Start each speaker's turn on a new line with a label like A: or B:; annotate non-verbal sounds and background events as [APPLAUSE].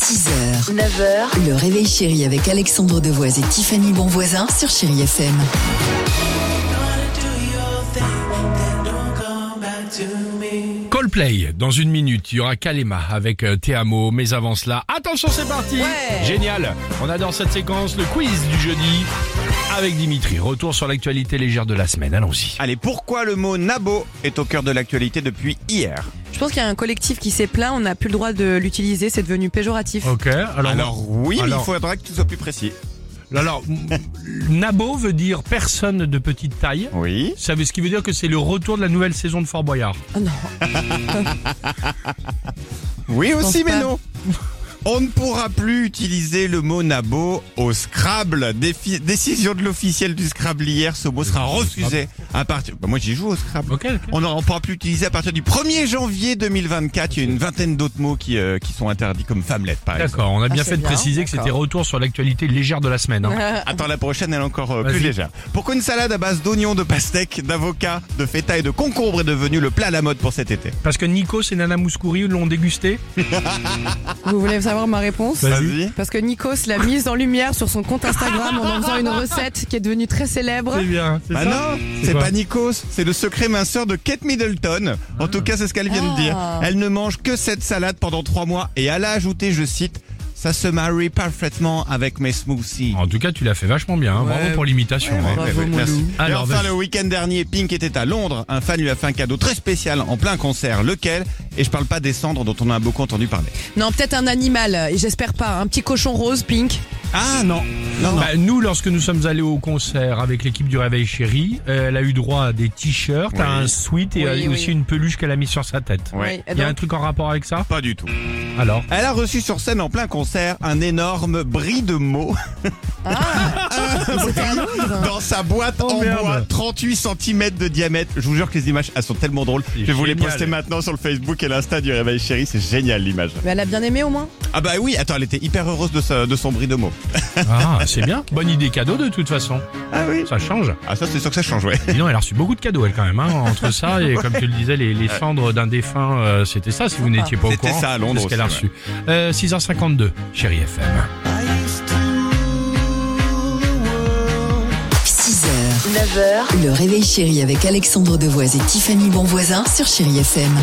A: 6h, 9h, le réveil chéri avec Alexandre Devoise et Tiffany Bonvoisin sur Chéri FM.
B: Coldplay, dans une minute, il y aura Kalema avec euh, Te Amo, mais avant cela, attention c'est parti Génial On adore cette séquence, le quiz du jeudi avec Dimitri. Retour sur l'actualité légère de la semaine, allons-y.
C: Allez, pourquoi le mot nabo est au cœur de l'actualité depuis hier
D: Je pense qu'il y a un collectif qui s'est plaint, on n'a plus le droit de l'utiliser, c'est devenu péjoratif.
B: Ok, alors...
C: Ah Alors oui, mais
B: alors-
C: il faudra que tout soit plus précis.
B: [LAUGHS] alors, m- Nabo veut dire personne de petite taille.
C: Oui.
B: Ça veut, ce qui veut dire que c'est le retour de la nouvelle saison de Fort Boyard.
D: Ah non,
C: Oui
D: pense
C: aussi, mais
D: pas.
C: non. [LAUGHS] On ne pourra plus utiliser le mot nabo au Scrabble. Défi- décision de l'officiel du Scrabble hier, ce mot sera refusé à partir. Bah, moi j'y joue au Scrabble.
B: Ok, ok.
C: On ne pourra plus l'utiliser à partir du 1er janvier 2024. Il y a une vingtaine d'autres mots qui, euh, qui sont interdits, comme femmelette par exemple.
B: D'accord, on a bien
D: Ah, c'est
B: fait de
D: bien,
B: préciser que c'était
D: d'accord.
B: retour sur l'actualité légère de la semaine. hein.
C: Attends, la prochaine, elle est encore euh, plus
B: Vas-y.
C: légère. Pourquoi une salade à base d'oignons, de pastèques, d'avocats, de feta et de concombre est devenue le plat à la mode pour cet été
B: Parce que Nikos et Nana Mouskouri l'ont dégusté.
D: [LAUGHS] vous voulez savoir ma réponse
C: Vas-y.
D: Parce que Nikos l'a mise en lumière sur son compte Instagram en en faisant une recette qui est devenue très célèbre.
B: bien, c'est
C: Bah non,
B: C'est
C: c'est
B: quoi
C: pas Nikos, c'est le secret minceur de Kate Middleton. En
B: Ah.
C: tout cas, c'est ce qu'elle vient de dire.
D: Ah.
C: Elle ne mange que cette salade pendant trois mois et elle a ajouté, je cite, ça se marie parfaitement avec mes smoothies.
B: En tout cas, tu l'as fait vachement bien. hein. Bravo
D: Ouais.
B: pour l'imitation. hein.
C: Ouais, ouais, merci. Et
B: Alors,
C: enfin,
B: vas-y.
C: le week-end dernier, Pink était à Londres. Un fan lui a fait un cadeau très spécial en plein concert. Lequel Et je parle pas des cendres dont on a beaucoup entendu parler.
D: Non, peut-être un animal, et j'espère pas, un petit cochon rose, pink.
C: Ah non Non, non.
B: Bah, nous, lorsque nous sommes allés au concert avec l'équipe du Réveil Chéri, euh, elle a eu droit à des t-shirts, à un sweat et
D: Oui,
B: à-
D: oui.
B: aussi une peluche qu'elle a mise sur sa tête.
C: Ouais.
D: Oui, eh ben,
B: Il y a un
D: donc,
B: truc en rapport avec ça
C: Pas du tout.
B: Alors
C: Elle a reçu sur scène en plein concert un énorme bris de mots [LAUGHS]
D: c'était à Londres.
C: dans sa boîte en
B: Oh, merde.
C: bois, 38 cm de diamètre. Je vous jure que les images, elles sont tellement drôles.
B: C'est
C: Je vais vous les
B: génial.
C: poster maintenant sur le Facebook et l'Insta du Réveil Chéri. C'est génial l'image.
D: Mais elle a bien aimé au moins.
C: Ah bah oui, attends, elle était hyper heureuse de, sa- de son bris de mots.
B: Ah, c'est bien. Bonne idée cadeau de toute façon.
C: Ah oui
B: Ça change.
C: Ah ça, c'est sûr que ça change, ouais.
B: Dis donc, elle a reçu beaucoup de cadeaux, elle, quand même. hein, entre ça et, comme tu le disais, les, les cendres d'un défunt, euh, c'était ça, si vous n'étiez pas au
C: Ah. C'était
B: courant.
C: ça, à Londres
B: de ce qu'elle a
C: aussi,
B: reçu. Euh, 6h52, chérie FM.
A: 6h, 9h, le réveil chéri avec Alexandre Devoise et Tiffany Bonvoisin sur Chéri FM.